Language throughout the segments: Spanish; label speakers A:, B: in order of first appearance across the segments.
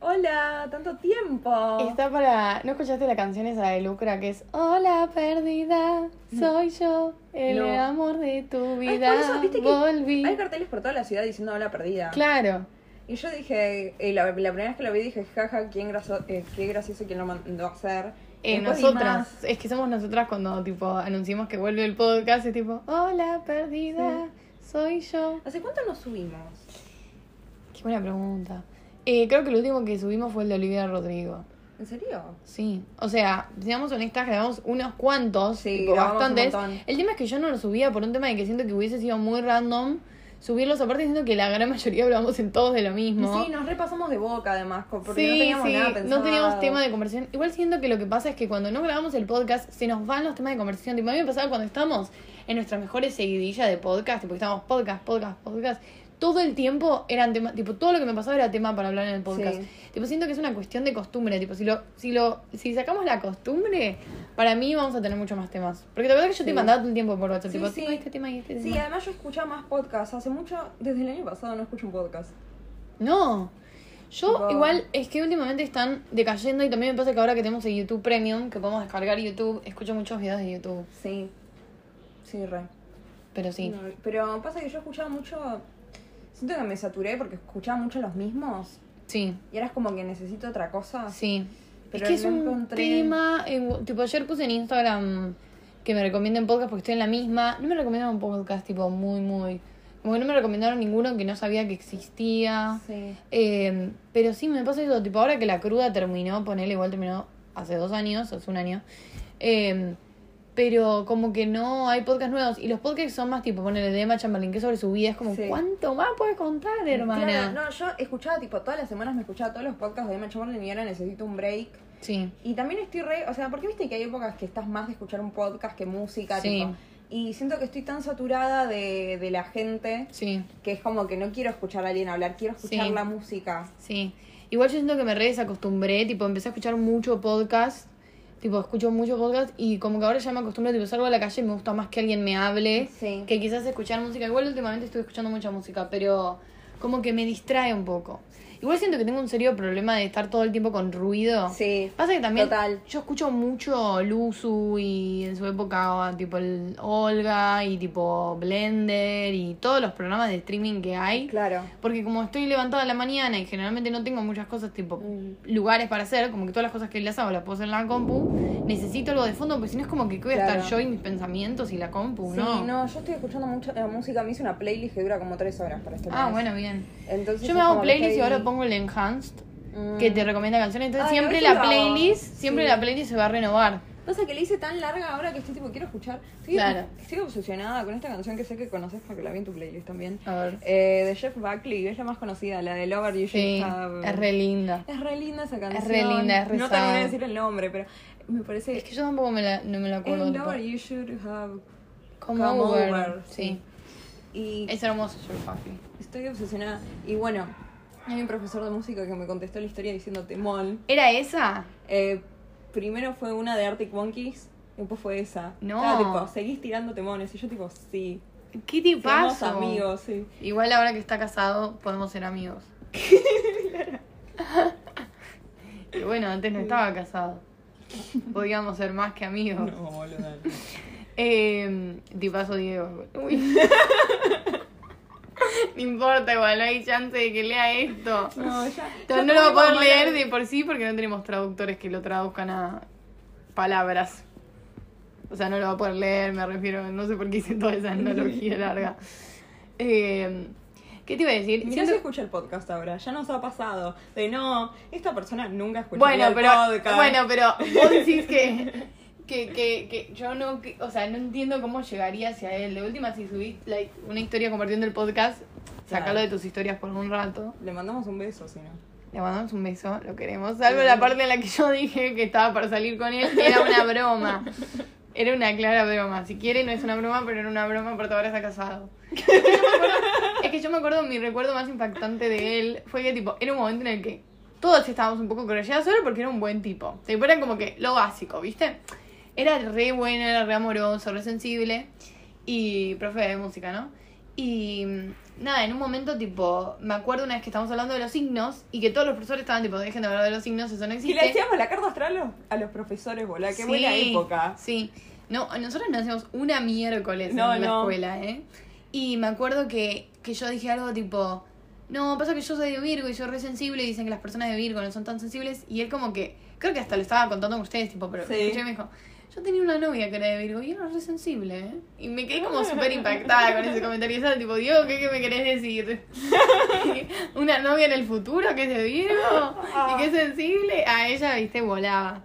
A: Hola, tanto tiempo.
B: Está para. ¿No escuchaste la canción esa de Lucra que es Hola perdida, soy yo, el
A: No.
B: amor de tu
A: Ay,
B: vida.
A: por eso, viste que
B: Volví.
A: hay carteles por toda la ciudad diciendo hola perdida.
B: Claro.
A: Y yo dije, y la, la primera vez que lo vi dije, jaja, quién graso- eh, qué gracioso quién lo mandó a hacer.
B: Eh,
A: Después vi
B: nosotras,
A: más.
B: es que somos nosotras cuando tipo anunciamos que vuelve el podcast, es tipo, hola perdida, soy yo.
A: ¿Hace cuánto nos subimos?
B: Qué buena pregunta. Eh, creo que el último que subimos fue el de Olivia Rodrigo.
A: ¿En serio?
B: Sí, o sea, seamos honestas, grabamos unos cuantos,
A: Sí,
B: tipo,
A: grabamos un
B: bastantes.
A: montón.
B: El tema es que yo no lo subía por un tema de que siento que hubiese sido muy random subirlos, aparte siento que la gran mayoría hablamos en todos de lo mismo.
A: Sí, nos repasamos de boca además, co- porque no
B: Sí,
A: teníamos
B: sí,
A: nada pensado.
B: no teníamos tema de conversación. Igual siento que lo que pasa es que cuando no grabamos el podcast se nos van los temas de conversación. Tipo, a mí me pasaba cuando estamos en nuestras mejores seguidillas de podcast, tipo, estábamos podcast, podcast, podcast. Todo el tiempo eran temas, tipo, todo lo que me pasaba era tema para hablar en el podcast.
A: Sí.
B: Tipo, siento que es una cuestión de costumbre, tipo, si lo, si lo, si sacamos la costumbre, para mí vamos a tener mucho más temas. Porque la verdad que yo te
A: Sí.
B: mandaba todo el tiempo por WhatsApp,
A: Sí,
B: tipo,
A: sí.
B: "Tengo este tema y este
A: Sí,
B: tema".
A: además yo escuchaba más podcasts. Hace mucho, desde el año pasado no escucho un podcast.
B: No. Yo
A: Tipo-
B: igual es que últimamente están decayendo y también me pasa que ahora que tenemos el YouTube Premium, que podemos descargar YouTube, escucho muchos videos de YouTube.
A: Sí. Sí, re.
B: Pero sí.
A: No, pero pasa que yo escuchaba mucho. Siento que me saturé porque escuchaba mucho los mismos.
B: Sí,
A: Y ahora es como que necesito otra cosa.
B: sí.
A: Ah. Pero
B: es que es
A: no
B: un
A: encontré-
B: tema. en- tipo, ayer puse en Instagram que me recomienden podcast porque estoy en la misma. No me recomendaron un podcast, tipo, muy, muy. Como que no me recomendaron ninguno que no sabía que existía.
A: Sí.
B: Eh, pero sí, me pasa eso, tipo, ahora que la cruda terminó, ponele, igual terminó hace dos años, hace un año. eh, pero como que no hay podcast nuevos. Y los podcasts son más tipo, ponele, de Emma Chamberlain, que es sobre su vida es como,
A: Sí.
B: ¿cuánto más puedes contar, hermana?
A: Claro, no, yo escuchaba, tipo, todas las semanas me escuchaba todos los podcasts de Emma Chamberlain y ahora necesito un break.
B: Sí,
A: Y también estoy re. O sea, porque viste que hay épocas que estás más de escuchar un podcast que música,
B: Sí.
A: tipo. Y siento que estoy tan saturada de, de la gente
B: sí,
A: que es como que no quiero escuchar a alguien hablar, quiero escuchar
B: Sí.
A: la música.
B: sí. Igual yo siento que me re desacostumbré, tipo, empecé a escuchar mucho podcast. Tipo, escucho mucho podcast y como que ahora ya me acostumbro, tipo, salgo a la calle y me gusta más que alguien me hable.
A: Sí.
B: que quizás escuchar música. Igual últimamente estuve escuchando mucha música, pero como que me distrae un poco. Igual siento que tengo un serio problema de estar todo el tiempo con ruido.
A: Sí.
B: Pasa que también
A: Total.
B: yo escucho mucho Luzu y en su época tipo el Olga y tipo Blender y todos los programas de streaming que hay.
A: Claro.
B: Porque como estoy levantada a la mañana y generalmente no tengo muchas cosas tipo
A: Mm.
B: lugares para hacer, como que todas las cosas que las hago las puedo hacer en la compu, necesito algo de fondo, porque si no es como que ¿qué voy a
A: Claro.
B: estar yo y mis pensamientos y la compu,
A: Sí,
B: ¿no?
A: no. yo estoy escuchando mucha eh, música. Me hice una playlist que dura como tres horas para este
B: Ah,
A: mes.
B: bueno, bien.
A: Entonces
B: Yo me
A: es
B: hago
A: como que
B: playlist y
A: estoy-
B: ahora pongo el enhanced
A: Mm.
B: que te recomienda canciones. Entonces
A: Ay, a
B: siempre
A: veces
B: la
A: lo hago.
B: playlist, siempre
A: Sí.
B: la playlist se va a renovar.
A: Pasa que le hice tan larga ahora que estoy tipo, quiero escuchar. Estoy,
B: Claro.
A: estoy obsesionada con esta canción que sé que conoces porque la vi en tu playlist también.
B: A ver.
A: Eh, de Jeff Buckley, es la más conocida, la de Lover You
B: Sí,
A: Should Have.
B: es re linda.
A: Es re linda esa canción.
B: re linda, es re
A: No terminé
B: sad.
A: de decir el nombre, pero me parece.
B: Es que yo tampoco me la, no me la acuerdo.
A: "And
B: tipo,
A: Lover You Should Have. Come
B: Come Over.
A: Over,
B: Sí.
A: Y
B: Es hermoso, Your Puppy.
A: estoy obsesionada. Y bueno, hay un profesor de música que me contestó la historia diciendo temón.
B: ¿Era esa?
A: Eh, primero fue una de Arctic Monkeys, después fue esa.
B: No.
A: Estaba tipo, seguís tirando temones. Y yo tipo, sí.
B: ¿Qué te
A: Seamos
B: pasa?
A: amigos, sí.
B: Igual ahora que está casado podemos ser amigos. Y bueno, antes no estaba casado. Podíamos ser más que amigos.
A: boludo.
B: Eh, tipazo Diego. Uy. no importa, igual no hay chance de que lea esto.
A: No, ya.
B: No, no lo va a poder leer de por sí porque no tenemos traductores que lo traduzcan a palabras. O sea, no lo va a poder leer, me refiero, no sé por qué hice toda esa analogía larga. Eh, ¿Qué te iba a decir?
A: Mirá
B: Siento-
A: si escucha el podcast ahora, ya nos ha pasado. De no, esta persona nunca escuchó
B: Bueno,
A: el
B: pero,
A: podcast.
B: bueno, pero vos decís que, que, que, que yo no, que- o sea, no entiendo cómo llegaría hacia él. De última, si subís like, una historia compartiendo el podcast, sacalo
A: Claro.
B: de tus historias por un rato.
A: Le mandamos un beso, si no.
B: Le mandamos un beso, lo queremos. Salvo la parte en la que yo dije que estaba para salir con él, que era una broma. Era una clara broma. Si quiere, no es una broma, pero era una broma porque ahora está casado. Es que, yo me acuerdo, es que yo me acuerdo, mi recuerdo más impactante de él fue que, tipo, era un momento en el que todos estábamos un poco corallados solo porque era un buen tipo. Tipo, era como que lo básico, ¿viste? Era re bueno, era re amoroso, re sensible. Y profe de música, ¿no? Y mm, nada, en un momento, tipo, me acuerdo una vez que estábamos hablando de los signos y que todos los profesores estaban, tipo, dejen de hablar de los signos, eso no
A: Y
B: existe.
A: le hacíamos la carta astral a los- a los profesores, boludo. Qué buena
B: Sí,
A: época.
B: Sí. No, nosotros nos hacíamos una miércoles
A: No,
B: en la
A: no.
B: escuela, ¿eh? Y me acuerdo que, que yo dije algo tipo, no, pasa que yo soy de Virgo y soy re sensible y dicen que las personas de Virgo no son tan sensibles. Y él como que, creo que hasta lo estaba contando con ustedes, tipo, pero
A: Sí.
B: escuché y me dijo, yo tenía una novia que era de Virgo y era re sensible, ¿eh? Y me quedé como súper impactada con ese comentario. Y estaba tipo, Diego, ¿qué, qué me querés decir? una novia en el futuro que es de Virgo y
A: Ah.
B: que es sensible. A ella, viste, volaba.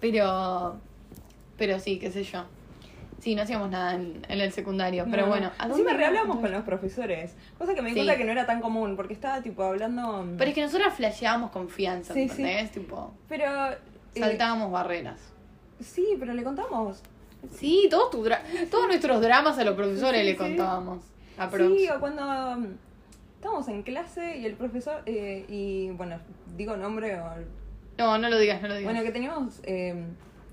B: Pero, pero sí, qué sé yo. Sí, no hacíamos nada en, en el secundario, pero
A: No.
B: bueno. ¿a
A: Encima
B: dónde
A: re hablamos
B: íbamos?
A: con los profesores. Cosa que me di
B: Sí.
A: cuenta que no era tan común, porque estaba tipo hablando. mm,
B: Pero es que nosotros flasheábamos confianza,
A: Sí, sí.
B: ¿entendés? Tipo,
A: Pero, eh,
B: saltábamos barreras.
A: sí, pero le contamos.
B: Sí, todos, tu dra- todos nuestros dramas a los profesores
A: Sí,
B: le
A: sí.
B: contábamos. A
A: Sí, o cuando mm, estábamos en clase y el profesor, eh, y bueno, digo nombre, o,
B: No, no lo digas, no lo digas.
A: bueno, que teníamos eh,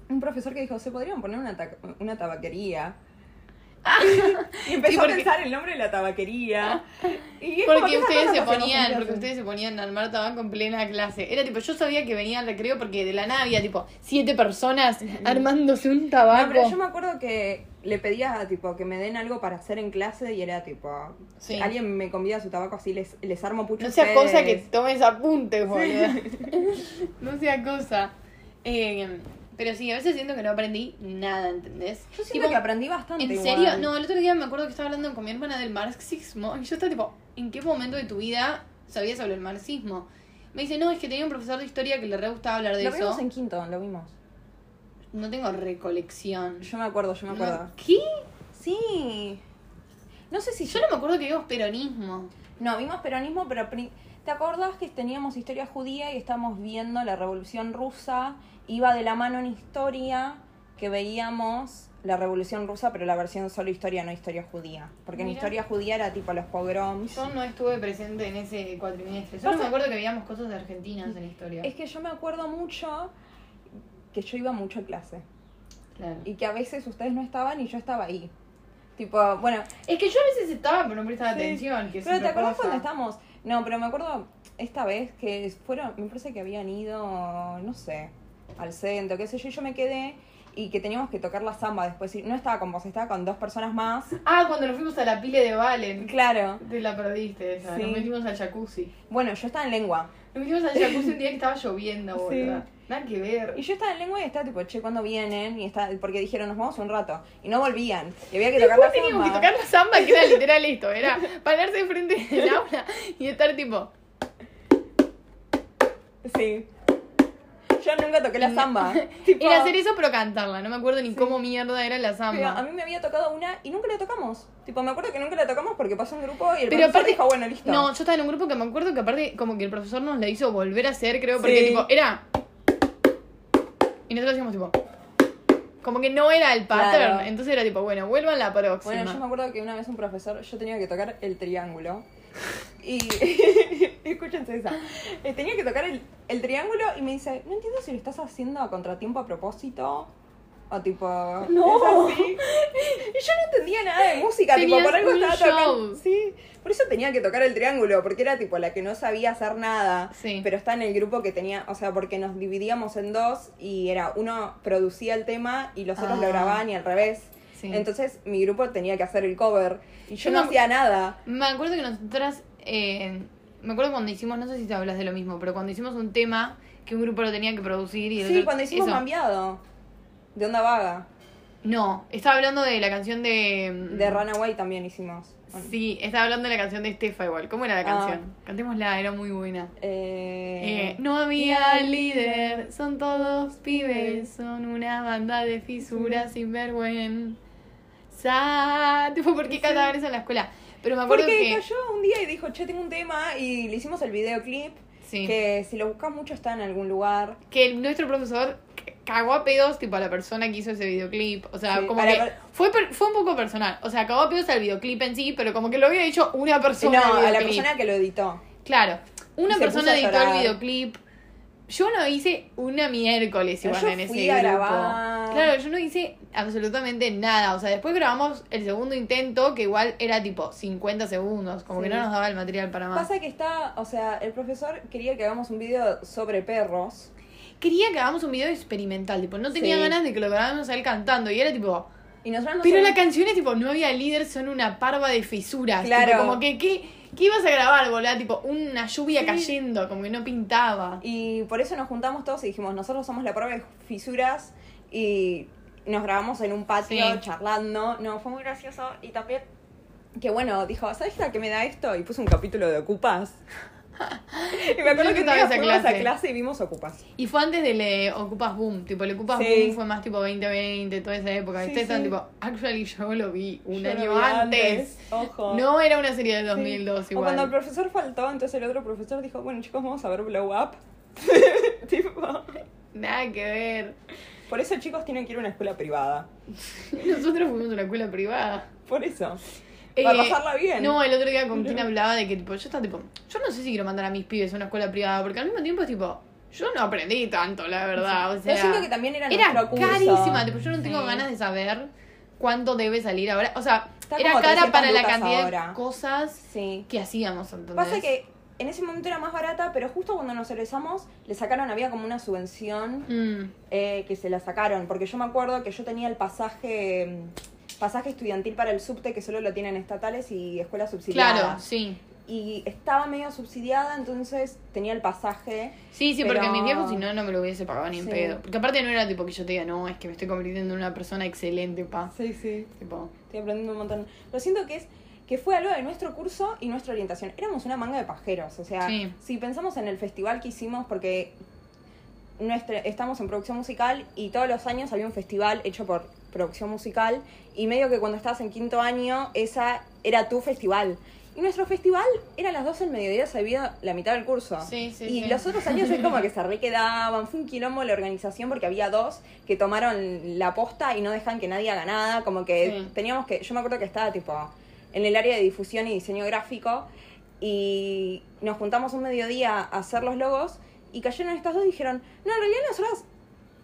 A: un profesor que dijo, ¿se podrían poner una, ta- una tabaquería? y empezó
B: Ah. Sí,
A: a
B: porque-
A: pensar el nombre de la tabaquería. Y es como que
B: Porque
A: esas
B: ustedes
A: cosas
B: se
A: hacíamos en
B: ponían, porque
A: clase.
B: ustedes se ponían a armar tabaco en plena clase. Era tipo, yo sabía que venía al recreo porque de la nada había tipo siete personas armándose un
A: No,
B: tabaco.
A: pero yo me acuerdo que le pedía tipo que me den algo para hacer en clase y era tipo
B: Sí.
A: si alguien me convida a su tabaco así les, les armo pucho
B: No
A: a
B: sea cosa que
A: ustedes.
B: tomes apuntes, boludo. no sea cosa. Eh, pero sí, a veces siento que no aprendí nada, ¿entendés?
A: yo siento
B: Tipo,
A: que aprendí bastante
B: ¿En
A: igual.
B: serio? No, el otro día me acuerdo que estaba hablando con mi hermana del marxismo y yo estaba tipo, ¿en qué momento de tu vida sabías sobre el marxismo? Me dice, no, es que tenía un profesor de historia que le re gustaba hablar de
A: lo
B: eso.
A: vimos en quinto lo vimos
B: No tengo recolección.
A: yo me acuerdo yo me acuerdo
B: No, ¿Qué?
A: sí no sé si
B: Yo no me acuerdo que vimos peronismo.
A: no vimos peronismo pero pri- te acordás que teníamos historia judía y estábamos viendo la revolución rusa iba de la mano en historia que veíamos la revolución rusa pero la versión solo historia no historia judía porque en
B: Mira.
A: historia judía era tipo los pogroms
B: Yo no estuve presente en ese cuatrimestre. Yo
A: Pasa-
B: no me acuerdo que veíamos cosas de argentinas en historia.
A: Es que yo me acuerdo mucho que yo iba mucho a clase
B: Claro.
A: y que a veces ustedes no estaban y yo estaba ahí. Tipo, bueno,
B: Es que yo a veces estaba, pero no prestaba
A: Sí.
B: atención. Que
A: pero ¿te acuerdas
B: acuerdas
A: cuando estábamos? No, pero me acuerdo esta vez que fueron, me parece que habían ido, no sé, al centro, qué sé yo, y yo me quedé y que teníamos que tocar la samba después. Y no estaba con vos, estaba con dos personas más.
B: Ah, cuando nos fuimos a la pile de Valen.
A: Claro.
B: Te la perdiste esa.
A: Sí.
B: Nos metimos al jacuzzi.
A: Bueno, yo estaba en lengua.
B: Nos metimos al jacuzzi un día que estaba lloviendo,
A: Sí.
B: boludo. Nada que ver.
A: Y yo estaba en lengua y estaba tipo, che, ¿cuándo vienen? Y estaba, porque dijeron, nos vamos un rato. Y no volvían. Y había que tocar la
B: Después
A: samba.
B: teníamos que tocar la samba, que era literal esto. Era pararse enfrente del aula y estar tipo...
A: Sí. Yo nunca toqué la samba. Tipo,
B: Era hacer eso pero cantarla. No me acuerdo ni cómo mierda era la
A: pero a
B: samba.
A: mí me había tocado una y nunca la tocamos. Tipo, me acuerdo que nunca la tocamos porque pasó un grupo y el
B: Pero
A: profesor
B: aparte-
A: dijo, bueno, listo.
B: No, yo estaba en un grupo que me acuerdo que aparte como que el profesor nos la hizo volver a hacer, creo, porque
A: Sí.
B: tipo, era... Y nosotros hacíamos tipo... Como que no era el
A: Claro.
B: pattern. Entonces era tipo, bueno, vuelvan la próxima.
A: bueno, yo me acuerdo que una vez un profesor, yo tenía que tocar el triángulo. Y escúchense esa. Eh, Tenía que tocar el, el triángulo y me dice, no entiendo si lo estás haciendo a contratiempo a propósito. O tipo,
B: No.
A: ¿es así?". Y yo no entendía nada de música, tipo,
B: Tenías
A: por algo
B: un
A: estaba
B: show.
A: tocando. Sí. Por eso tenía que tocar el triángulo, porque era tipo la que no sabía hacer nada.
B: Sí.
A: Pero está en el grupo que tenía, o sea, porque nos dividíamos en dos y era uno producía el tema y los otros
B: Ah.
A: lo grababan y al revés.
B: Sí.
A: Entonces mi grupo tenía que hacer el cover y yo
B: Yo
A: no
B: me-
A: hacía nada.
B: Me acuerdo que nosotras. eh, me acuerdo cuando hicimos, no sé si te hablas de lo mismo, pero cuando hicimos un tema que un grupo lo tenía que producir y el
A: Sí,
B: otro-
A: cuando hicimos
B: eso.
A: cambiado de onda vaga,
B: No, estaba hablando de la canción de. mm,
A: de Runaway también hicimos.
B: Sí, estaba hablando de la canción de Estefa igual. ¿Cómo era la
A: Ah.
B: canción? Cantémosla, era muy buena.
A: Eh,
B: Eh, no había líder, son todos pibes, son una banda de fisuras sin vergüenza. Tipo, ¿por qué cantaban eso en la escuela? Pero me acuerdo
A: Porque
B: que.
A: cayó un día y dijo, che, tengo un tema y le hicimos el videoclip.
B: Sí.
A: Que si lo buscas mucho está en algún lugar.
B: que el- nuestro profesor c- cagó a pedos tipo a la persona que hizo ese videoclip. O sea,
A: Sí,
B: como
A: a la
B: que
A: per-
B: fue, per- fue un poco personal. O sea, cagó a pedos al videoclip en sí, pero como que lo había hecho una persona.
A: no,
B: el
A: a la
B: videoclip.
A: persona que lo editó.
B: Claro.
A: Y
B: Una
A: se puso
B: persona
A: a
B: editó el
A: llorar.
B: videoclip. Yo no hice una miércoles
A: Yo
B: igual en ese
A: fui a
B: grupo.
A: grabar.
B: Claro, yo no hice absolutamente nada. O sea, después grabamos el segundo intento, que igual era tipo 50 segundos. Como que
A: Sí.
B: no nos daba el material para más.
A: Pasa que está, o sea, el profesor quería que hagamos un video sobre perros.
B: Quería que hagamos un video experimental. Tipo, no tenía
A: Sí.
B: ganas de que lo grabáramos a él cantando. Y era tipo.
A: Y nosotros no
B: Pero
A: sabemos-
B: la canción es tipo, no había líder, son una parva de fisuras. Tipo,
A: Claro.
B: como que, ¿qué, ¿qué ibas a grabar, boludo? Tipo, una lluvia
A: Sí.
B: cayendo, como que no pintaba.
A: Y por eso nos juntamos todos y dijimos, nosotros somos la prueba de fisuras y nos grabamos en un patio
B: Sí.
A: charlando. No, fue muy gracioso y también... Que bueno, dijo, ¿sabes la que me da esto? Y puso un capítulo de Ocupas. y me acuerdo
B: Yo
A: que
B: estaba en
A: estábamos
B: esa
A: fuimos
B: clase.
A: a clase y vimos Ocupas.
B: Y fue antes de le Ocupas Boom, tipo, le Ocupas
A: Sí.
B: Boom fue más tipo 2020, toda esa época.
A: Sí,
B: Ustedes están
A: sí.
B: tipo, actually yo lo vi
A: Yo
B: un
A: lo
B: año
A: vi
B: antes.
A: Ojo.
B: No era una serie del
A: Sí.
B: 2002
A: O cuando el
B: igual.
A: profesor faltó, entonces el otro profesor dijo, bueno chicos, vamos a ver Blow Up. tipo,
B: Nada que ver.
A: por eso chicos tienen que ir a una escuela privada.
B: Nosotros fuimos a una escuela privada.
A: Por eso. Para pasarla bien.
B: Eh, No, el otro día con quien hablaba de que tipo, yo estaba tipo, yo no sé si quiero mandar a mis pibes a una escuela privada, porque al mismo tiempo es tipo, yo no aprendí tanto, la verdad. O sea,
A: Yo siento que también era,
B: era
A: nuestro curso.
B: carísima, tipo, yo no tengo
A: Sí.
B: ganas de saber cuánto debe salir ahora. O sea,
A: Está
B: era
A: como
B: cara
A: 300
B: para la
A: lucas
B: cantidad de
A: ahora.
B: cosas
A: Sí.
B: que hacíamos, ¿entendés?
A: Pasa que en ese momento era más barata, pero justo cuando nos egresamos, le sacaron, había como una subvención
B: Mm,
A: eh, que se la sacaron. Porque yo me acuerdo que yo tenía el pasaje mm, pasaje estudiantil para el subte, que solo lo tienen estatales y escuelas subsidiadas.
B: claro, sí.
A: Y estaba medio subsidiada, entonces tenía el pasaje.
B: Sí, sí,
A: Pero-
B: porque mis viejos si no, no me lo hubiese pagado ni en
A: Sí.
B: pedo. Porque aparte no era tipo que yo te diga, no, es que me estoy convirtiendo en una persona excelente, pa.
A: Sí, sí.
B: Tipo,
A: Estoy aprendiendo un montón. Lo siento que es que fue algo de nuestro curso y nuestra orientación. Éramos una manga de pajeros, o sea,
B: Sí.
A: si pensamos en el festival que hicimos porque nuestra, estamos en producción musical y todos los años había un festival hecho por producción musical y medio que cuando estabas en quinto año esa era tu festival. Y nuestro festival era a las 12 del mediodía, se había la mitad del curso.
B: Sí, sí,
A: y
B: sí.
A: los otros años es como que se re quedaban, fue un quilombo la organización porque había dos que tomaron la posta y no dejan que nadie haga nada, como que
B: Sí.
A: teníamos que, yo me acuerdo que estaba tipo en el área de difusión y diseño gráfico y nos juntamos un mediodía a hacer los logos y cayeron estas dos y dijeron, no, en realidad nosotras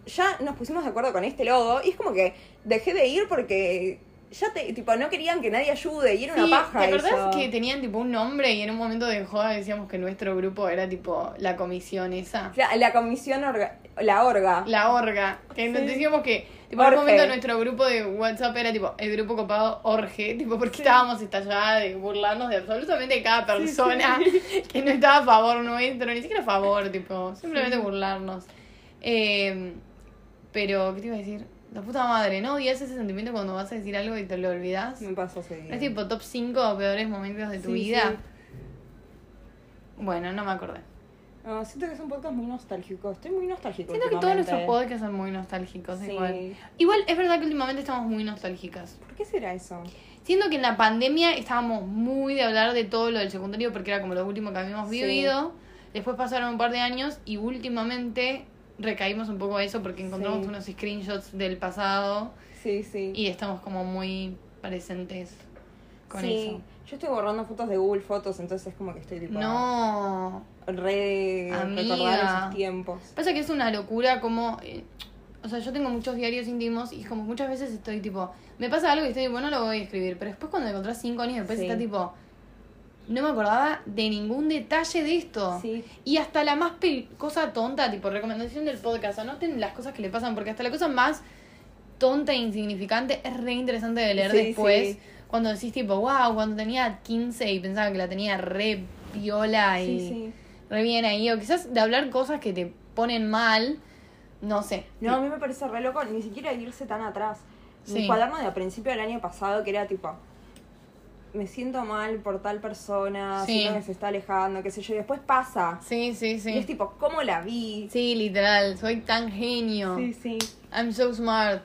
A: ya nos pusimos de acuerdo con este logo y es como que dejé de ir porque ya te, tipo, no querían que nadie ayude y era
B: Sí,
A: una paja.
B: ¿Te acordás
A: eso.
B: que tenían tipo un nombre y en un momento de joda decíamos que nuestro grupo era tipo la comisión esa?
A: La, la comisión, orga- la orga.
B: La orga. Que nos
A: Sí.
B: decíamos que tipo, en un
A: Orge.
B: momento nuestro grupo de WhatsApp era tipo el grupo copado Orge, tipo porque estábamos estalladas de burlarnos de absolutamente cada persona que no estaba a favor nuestro, ni siquiera a favor, tipo, simplemente burlarnos. Eh, pero, ¿qué te iba a decir? La puta madre, ¿no? odias ese sentimiento cuando vas a decir algo y te lo olvidas.
A: Me pasó ese
B: ¿No
A: día.
B: es tipo top 5 peores momentos de tu
A: Sí,
B: vida?
A: sí.
B: Bueno, no me acordé.
A: No, Ah, siento que es un podcast muy nostálgico. Estoy muy nostálgico.
B: Siento que todos nuestros
A: últimamente.
B: podcasts son muy nostálgicos
A: Sí.
B: igual. Igual es verdad que últimamente estamos muy nostálgicas.
A: ¿Por qué será eso?
B: Siento que en la pandemia estábamos muy de hablar de todo lo del secundario porque era como lo último que habíamos
A: Sí.
B: vivido. Después pasaron un par de años y últimamente recaímos un poco a eso porque encontramos
A: Sí.
B: unos screenshots del pasado
A: Sí, sí.
B: y estamos como muy presentes con
A: sí.
B: eso.
A: Yo estoy borrando fotos de Google Fotos, entonces es como que estoy tipo.
B: No.
A: Re
B: Amiga.
A: recordar esos tiempos.
B: Pasa que es una locura como... eh, o sea, yo tengo muchos diarios íntimos y como muchas veces estoy tipo... Me pasa algo y estoy tipo, no lo voy a escribir. Pero después cuando encontrás cinco años después
A: Sí.
B: está tipo... No me acordaba de ningún detalle de esto.
A: Sí.
B: Y hasta la más pel- cosa tonta, tipo recomendación del podcast, anoten las cosas que le pasan, porque hasta la cosa más tonta e insignificante es re interesante de leer
A: Sí,
B: después.
A: sí.
B: Cuando decís tipo, wow, cuando tenía 15 y pensaba que la tenía re viola y
A: Sí, sí.
B: re bien ahí, o quizás de hablar cosas que te ponen mal, no sé.
A: No, a mí me parece re loco ni siquiera irse tan atrás.
B: Sí.
A: Mi cuaderno de a principio del año pasado que era tipo, me siento mal por tal persona,
B: Sí.
A: siento que se está alejando, qué sé yo, y después pasa.
B: Sí, sí,
A: Y es
B: sí.
A: tipo, ¿cómo la vi?
B: Sí, literal, soy tan genio.
A: sí. sí.
B: I'm so smart.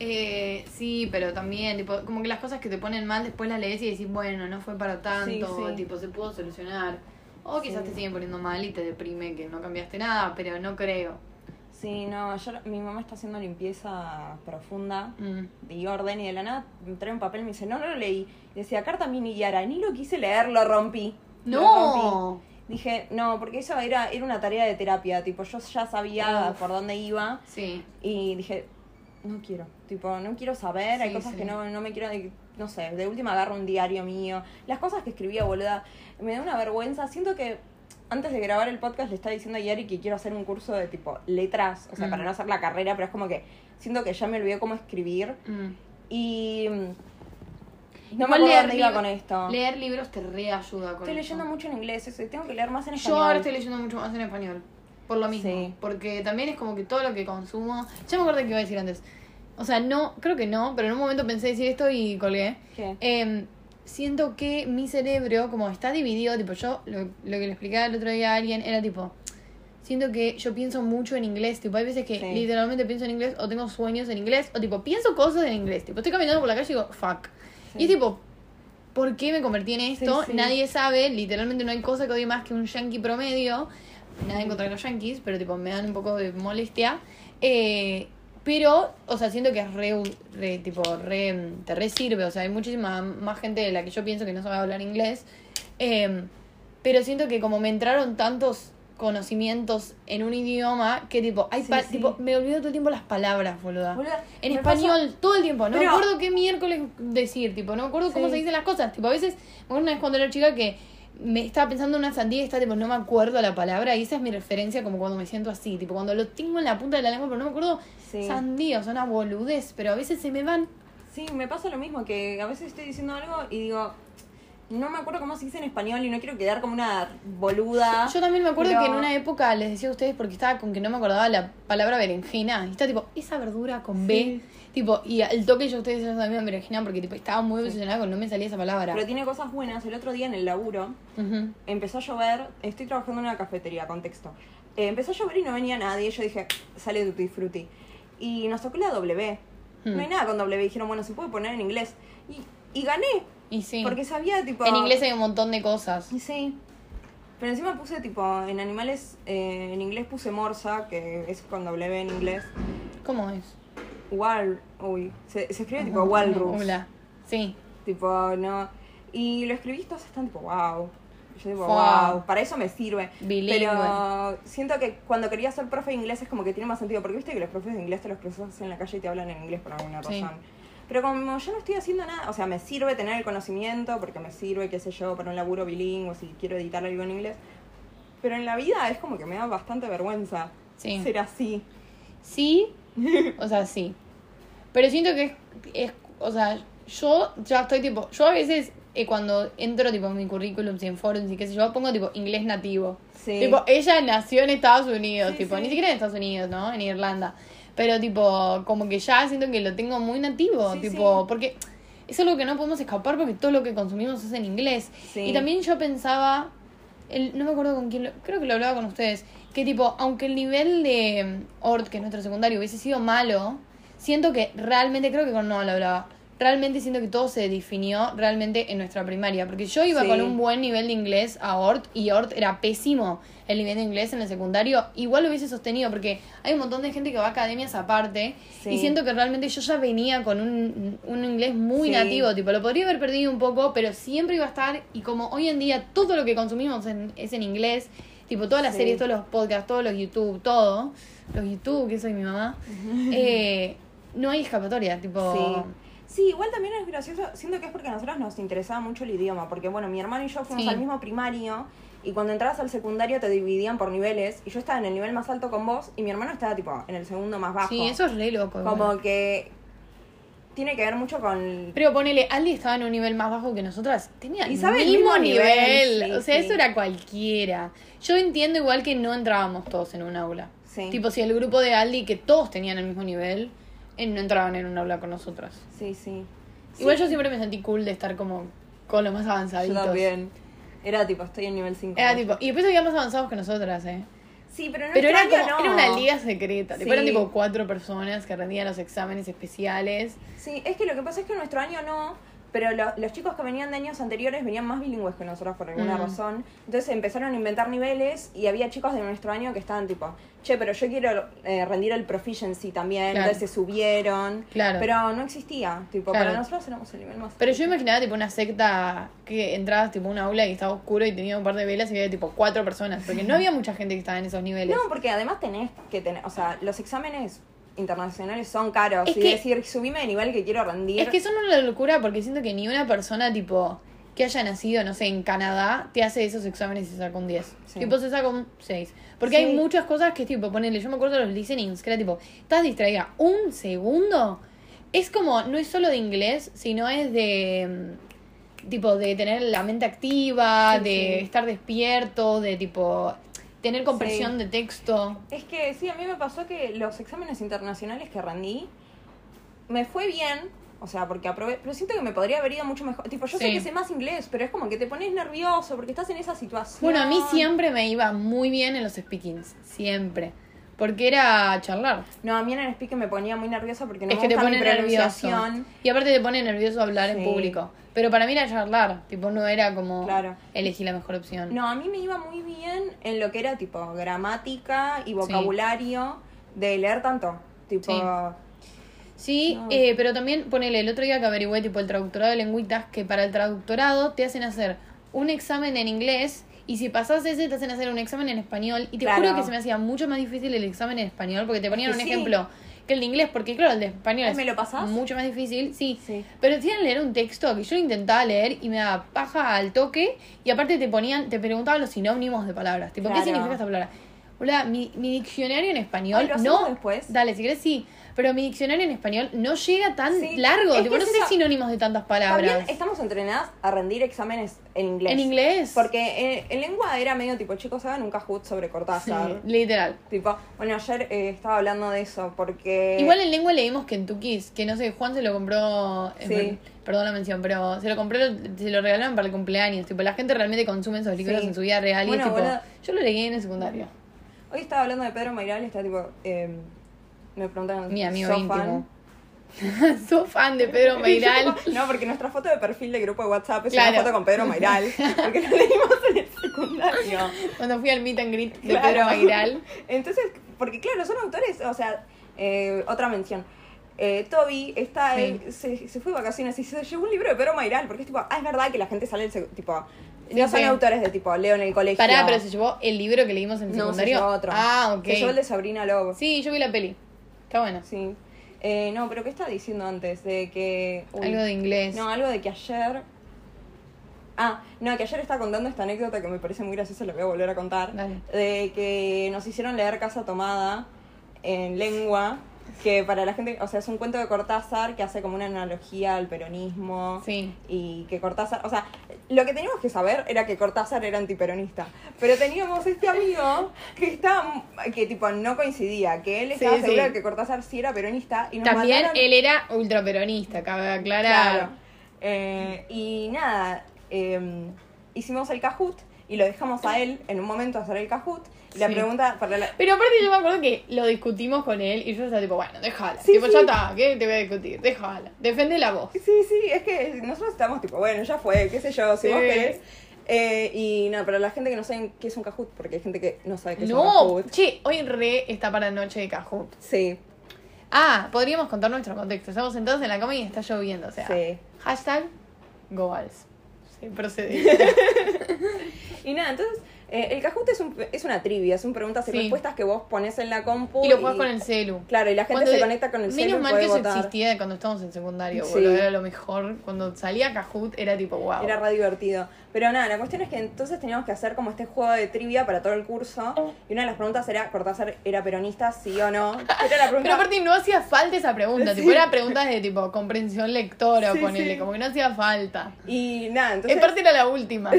B: Eh, sí, pero también, tipo, como que las cosas que te ponen mal después las lees y decís, bueno, no fue para tanto,
A: Sí, sí.
B: tipo, se pudo solucionar. O quizás
A: Sí.
B: te siguen poniendo mal y te deprime que no cambiaste nada, pero no creo.
A: Sí, no, ayer mi mamá está haciendo limpieza profunda
B: Mm.
A: y orden y de la nada me trae un papel y me dice, no, no lo leí. Y decía, carta mini Yara, ni lo quise leer, lo rompí. Lo rompí.
B: ¡No!
A: dije, no, porque eso era, era una tarea de terapia, tipo, yo ya sabía
B: Uf.
A: por dónde iba
B: Sí.
A: y dije, no quiero, tipo, no quiero saber, hay
B: Sí,
A: cosas
B: sí.
A: que no, no me quiero, no sé, de última agarro un diario mío, las cosas que escribía, boluda, me da una vergüenza, siento que antes de grabar el podcast le estaba diciendo a Yari que quiero hacer un curso de tipo letras, o sea,
B: Mm.
A: para no hacer la carrera, pero es como que siento que ya me olvidé cómo escribir
B: Mm.
A: y... mm, No me
B: Igual
A: acuerdo dónde iba
B: lib-
A: con esto.
B: Leer libros te reayuda con
A: Estoy
B: eso.
A: leyendo mucho en inglés, eso, y tengo que leer más en
B: Yo
A: español.
B: ahora estoy leyendo mucho más en español. Por lo mismo.
A: Sí.
B: Porque también es como que todo lo que consumo. Ya me acuerdo que iba a decir antes. O sea, no, creo que no, pero en un momento pensé decir esto y colgué.
A: ¿Qué?
B: Em, siento que mi cerebro, como está dividido, tipo, yo lo, lo que le explicaba el otro día a alguien era tipo. Siento que yo pienso mucho en inglés, tipo, hay veces que
A: Sí.
B: literalmente pienso en inglés o tengo sueños en inglés o tipo, pienso cosas en inglés, tipo, estoy caminando por la calle y digo, fuck. Y
A: Sí.
B: es tipo, ¿por qué me convertí en esto?
A: sí.
B: Nadie sabe, literalmente no hay cosa que odie más que un yankee promedio. Nada en contra de los yankees, pero tipo me dan un poco de molestia. Eh, pero, o sea, siento que es re, u- re- tipo, re, mm, te re sirve. O sea, hay muchísima más gente de la que yo pienso que no sabe hablar inglés. Eh, pero siento que como me entraron tantos conocimientos en un idioma que tipo, hay
A: Sí,
B: pa-
A: sí.
B: tipo me olvido todo el tiempo las palabras, boluda.
A: Boluda,
B: En
A: me
B: español todo el tiempo, no me
A: Pero-
B: acuerdo qué miércoles decir, tipo, no me acuerdo cómo
A: Sí.
B: se dicen las cosas, tipo, a veces, me acuerdo una vez cuando era chica que me estaba pensando en una sandía y estaba tipo, no me acuerdo la palabra, y esa es mi referencia como cuando me siento así, tipo, cuando lo tengo en la punta de la lengua, pero no me acuerdo
A: Sí.
B: sandía, o sea, una boludez, pero a veces se me van.
A: Sí, me pasa lo mismo, que a veces estoy diciendo algo y digo, no me acuerdo cómo se dice en español y no quiero quedar como una boluda.
B: Yo también me acuerdo
A: Ah, pero-
B: que en una época les decía a ustedes porque estaba con que no me acordaba la palabra berenjena, y estaba tipo, esa verdura con B,
A: Sí.
B: tipo, y al toque yo a ustedes ya sabían berenjena porque tipo, estaba muy obsesionada con no me salía esa palabra.
A: Pero tiene cosas buenas. El otro día en el laburo
B: Ujú.
A: empezó a llover, estoy trabajando en una cafetería, contexto. Eh, empezó a llover y no venía nadie, yo dije, sale Tutti Frutti. Y nos tocó la W.
B: Hmm.
A: No hay nada con W, dijeron, bueno, se puede poner en inglés. Y, y gané,
B: Y sí.
A: porque sabía tipo...
B: En inglés hay un montón de cosas.
A: Y Sí. Pero encima puse tipo, en animales, eh, en inglés puse morsa, que es con W en inglés.
B: ¿Cómo es?
A: Wal, uy, se, se escribe tipo walrus.
B: Ah, Hola. Sí.
A: Tipo, no. Y lo escribí y todos están tipo, wow. Yo digo,
B: Fua.
A: wow, para eso me sirve.
B: Bilingüe.
A: Pero siento que cuando quería ser profe de inglés es como que tiene más sentido, porque viste que los profes de inglés te los cruzas en la calle y te hablan en inglés por alguna
B: Sí.
A: razón. Pero como yo no estoy haciendo nada, o sea, me sirve tener el conocimiento, porque me sirve, qué sé yo, para un laburo bilingüe, si quiero editar algo en inglés. Pero en la vida es como que me da bastante vergüenza
B: Sí.
A: ser así.
B: Sí. O sea, sí. Pero siento que es, es- O sea, yo ya estoy tipo. Yo a veces eh, cuando entro tipo en mi currículum y en forums y qué sé yo, pongo tipo inglés nativo.
A: Sí.
B: Tipo, ella nació en Estados Unidos,
A: Sí,
B: tipo,
A: sí.
B: ni siquiera en Estados Unidos, ¿no? En Irlanda. Pero tipo, como que ya siento que lo tengo muy nativo,
A: Sí,
B: tipo,
A: sí.
B: porque es algo que no podemos escapar porque todo lo que consumimos es en inglés.
A: Sí.
B: Y también yo pensaba, el- no me acuerdo con quién, lo- creo que lo hablaba con ustedes, que tipo, aunque el nivel de mm, Ort, que es nuestro secundario, hubiese sido malo, siento que realmente, creo que con no lo hablaba, realmente siento que todo se definió realmente en nuestra primaria, porque yo iba
A: Sí.
B: con un buen nivel de inglés a Ort y Ort era pésimo el nivel de inglés en el secundario, igual lo hubiese sostenido, porque hay un montón de gente que va a academias aparte
A: Sí.
B: y siento que realmente yo ya venía con un, un inglés muy
A: Sí.
B: nativo, tipo, lo podría haber perdido un poco, pero siempre iba a estar, y como hoy en día todo lo que consumimos en- es en inglés, tipo, todas las
A: Sí.
B: series, todos los podcasts, todos los YouTube, todo, los YouTube, que soy mi mamá, eh, no hay escapatoria, tipo...
A: Sí. Sí, igual también es gracioso, siento que es porque a nosotros nos interesaba mucho el idioma, porque bueno, mi hermano y yo fuimos
B: Sí.
A: al mismo primario y cuando entrabas al secundario te dividían por niveles y yo estaba en el nivel más alto con vos y mi hermano estaba tipo en el segundo más bajo.
B: Sí, eso es re loco.
A: Como
B: igual.
A: que tiene que ver mucho con...
B: Pero ponele, Aldi estaba en un nivel más bajo que nosotras. Tenía
A: Y
B: el
A: sabe el
B: mismo
A: mismo
B: nivel.
A: nivel, sí,
B: o sea,
A: sí.
B: eso era cualquiera. Yo entiendo igual que no entrábamos todos en un aula.
A: Sí.
B: Tipo, si el grupo de Aldi, que todos tenían el mismo nivel, eh, no entraban en un aula con nosotras.
A: Sí, sí.
B: Igual yo siempre me sentí cool de estar como con los más
A: Yo
B: avanzaditos.
A: también. Era tipo, estoy en nivel 5.
B: Era tipo, y después había más avanzados que nosotras, ¿eh?
A: Sí, pero en
B: Pero era
A: nuestro
B: como,
A: año
B: era
A: no.
B: una liga secreta. Tipo,
A: Sí.
B: eran tipo cuatro personas que rendían los exámenes especiales.
A: Sí, es que lo que pasa es que en nuestro año no, Pero lo- los chicos que venían de años anteriores venían más bilingües que nosotros por alguna
B: Mm.
A: razón. Entonces empezaron a inventar niveles y había chicos de nuestro año que estaban tipo, che, pero yo quiero eh, rendir el proficiency también.
B: Claro.
A: Entonces se subieron.
B: Claro.
A: Pero no existía. Tipo,
B: Claro.
A: para nosotros éramos el nivel más.
B: Pero yo imaginaba tipo una secta que entrabas tipo a un aula y estaba oscuro y tenía un par de velas y había tipo cuatro personas. Porque no había mucha gente que estaba en esos niveles.
A: No, porque además tenés que tener, o sea, los exámenes internacionales son caros.
B: Es
A: y
B: que-
A: decir, subime de nivel que quiero rendir.
B: Es que eso no es una locura porque siento que ni una persona tipo que haya nacido, no sé, en Canadá, te hace esos exámenes y se saca un 10.
A: Sí.
B: Tipo, se saca un 6. Porque
A: Sí.
B: hay muchas cosas que es tipo, ponele, yo me acuerdo de los listenings, que era tipo, estás distraída un segundo. Es como, no es solo de inglés, sino es de, mm, tipo, de tener la mente activa,
A: Sí,
B: de
A: sí.
B: estar despierto, de tipo, tener compresión
A: Sí.
B: de texto.
A: Es que sí, a mí me pasó que los exámenes internacionales que rendí me fue bien, o sea, porque aprobé, pero siento que me podría haber ido mucho mejor. Tipo, yo sé
B: Sí.
A: que sé más inglés, pero es como que te pones nervioso porque estás en esa situación.
B: Bueno, a mí siempre me iba muy bien en los speakings, siempre. Porque era charlar.
A: No, a mí en el speaking me ponía muy nerviosa porque no
B: es
A: me
B: que te
A: gusta
B: pone
A: mi
B: nervioso.
A: pronunciación.
B: Y aparte te pone nervioso hablar
A: Sí.
B: en público. Pero para mí era charlar. Tipo, no era como
A: Claro.
B: elegí la mejor opción.
A: No, a mí me iba muy bien en lo que era tipo gramática y vocabulario de leer tanto. Tipo,
B: Sí,
A: No.
B: eh, pero también ponele el otro día que averigüé, tipo, el traductorado de lengüitas, que para el traductorado te hacen hacer un examen en inglés. Y si pasás ese, te hacen hacer un examen en español. Y te
A: Claro.
B: juro que se me hacía mucho más difícil el examen en español, porque te ponían
A: que
B: un
A: sí.
B: ejemplo que el de inglés, porque claro, el de español
A: Ay,
B: es
A: ¿me lo pasás?
B: mucho más difícil. Sí.
A: Sí.
B: Pero te hacían leer un texto que yo lo intentaba leer y me daba paja al toque. Y aparte te ponían, te preguntaban los sinónimos de palabras. Tipo,
A: Claro.
B: ¿qué significa esta palabra? Hola, mi, mi diccionario en español
A: Ay, ¿lo hacemos
B: no.
A: después?
B: Dale, si querés sí. Pero mi diccionario en español no llega tan
A: Sí.
B: largo.
A: Es
B: tipo,
A: que
B: no
A: es
B: sé
A: esa-
B: sinónimos de tantas palabras.
A: También estamos entrenadas a rendir exámenes en inglés.
B: En inglés.
A: Porque eh, en lengua era medio tipo, chicos, hagan un cajut sobre Cortázar.
B: Sí, literal.
A: Tipo, bueno, ayer eh, estaba hablando de eso porque...
B: Igual en lengua leímos Kentucky's, que no sé, Juan se lo compró, eh,
A: Sí.
B: perdón la mención, pero se lo compró, se lo regalaron para el cumpleaños. Tipo, la gente realmente consume esos libros
A: Sí.
B: en su vida real
A: Bueno,
B: y es tipo,
A: boludo.
B: yo lo leí en el secundario.
A: Hoy estaba hablando de Pedro Mairal y estaba tipo... eh, me preguntaron...
B: Mi amigo
A: ¿sos
B: íntimo. Sos fan de Pedro
A: fan?
B: Meiral.
A: no, porque nuestra foto de perfil de grupo de WhatsApp es
B: Claro.
A: una foto con Pedro Mairal. Porque lo leímos en el secundario.
B: Cuando fui al meet and greet de
A: Claro.
B: Pedro Meiral.
A: Entonces, porque claro, son autores, o sea, eh, otra mención. Eh, Toby está,
B: Sí.
A: eh, se, se fue de vacaciones y se llevó un libro de Pedro Mairal, porque es tipo, ah, es verdad que la gente sale, del sec- tipo,
B: Sí,
A: no son
B: sí.
A: autores de tipo, leo en el colegio.
B: Pará, pero se llevó el libro que leímos en el
A: no, se
B: secundario.
A: llevó otro.
B: Ah, ok.
A: Se llevó el de Sabrina Lobo. Sí.
B: Sí, yo vi la peli. Está bueno.
A: Eh, no, pero ¿qué estaba diciendo antes? De que... uy.
B: Algo de inglés.
A: No, algo de que ayer... Ah, no, que ayer estaba contando esta anécdota que me parece muy graciosa, la voy a volver a contar.
B: Dale.
A: De que nos hicieron leer Casa Tomada en lengua, que para la gente, o sea, es un cuento de Cortázar que hace como una analogía al peronismo.
B: Sí.
A: Y que Cortázar, o sea, lo que teníamos que saber era que Cortázar era antiperonista. Pero teníamos este amigo que estaba, que tipo no coincidía, que él estaba
B: Sí,
A: seguro
B: sí.
A: de que Cortázar sí era peronista y nos
B: También
A: mandaron-
B: él era ultraperonista, cabe aclarar.
A: Claro. Eh, y nada, eh, hicimos el cajut y lo dejamos a él en un momento hacer el cajut. Y la
B: Sí.
A: pregunta para la...
B: Pero aparte yo me acuerdo que lo discutimos con él y yo estaba tipo, bueno, déjala.
A: Sí,
B: tipo,
A: sí.
B: ya está, ¿qué te voy a discutir? Déjala. Defende la voz.
A: Sí, sí, es que nosotros estamos tipo, bueno, ya fue, qué sé yo, si
B: Sí.
A: vos querés. Eh, y no, para la gente que no sabe qué es un cajut, porque hay gente que no sabe qué es un
B: No,
A: cajut.
B: che, hoy re está para noche de Cajut.
A: Sí,
B: Ah, podríamos contar nuestro contexto. Estamos sentados en la cama y está lloviendo, o sea.
A: sí.
B: Hashtag Goals. Sí, procede.
A: Y nada, entonces, eh, el cajut es, un- es una trivia, son preguntas y
B: Sí.
A: respuestas que vos pones en la compu.
B: y lo jugás con el celu.
A: Claro, y la gente
B: Cuando-
A: se conecta con el celu
B: Menos
A: y
B: mal
A: puede
B: que eso
A: votar.
B: existía cuando estábamos en secundario,
A: Sí.
B: boludo. Era lo mejor. Cuando salía Cajut era tipo, wow.
A: Era re divertido. Pero nada, la cuestión es que entonces teníamos que hacer como este juego de trivia para todo el curso. Y una de las preguntas era, ¿Cortázar era peronista, sí o no? Era la pregunta...
B: Pero aparte no hacía falta esa pregunta,
A: Sí.
B: tipo, era preguntas de tipo comprensión lectora,
A: Sí,
B: ponele,
A: sí.
B: como que no hacía falta.
A: Y nada, entonces...
B: En parte era la última.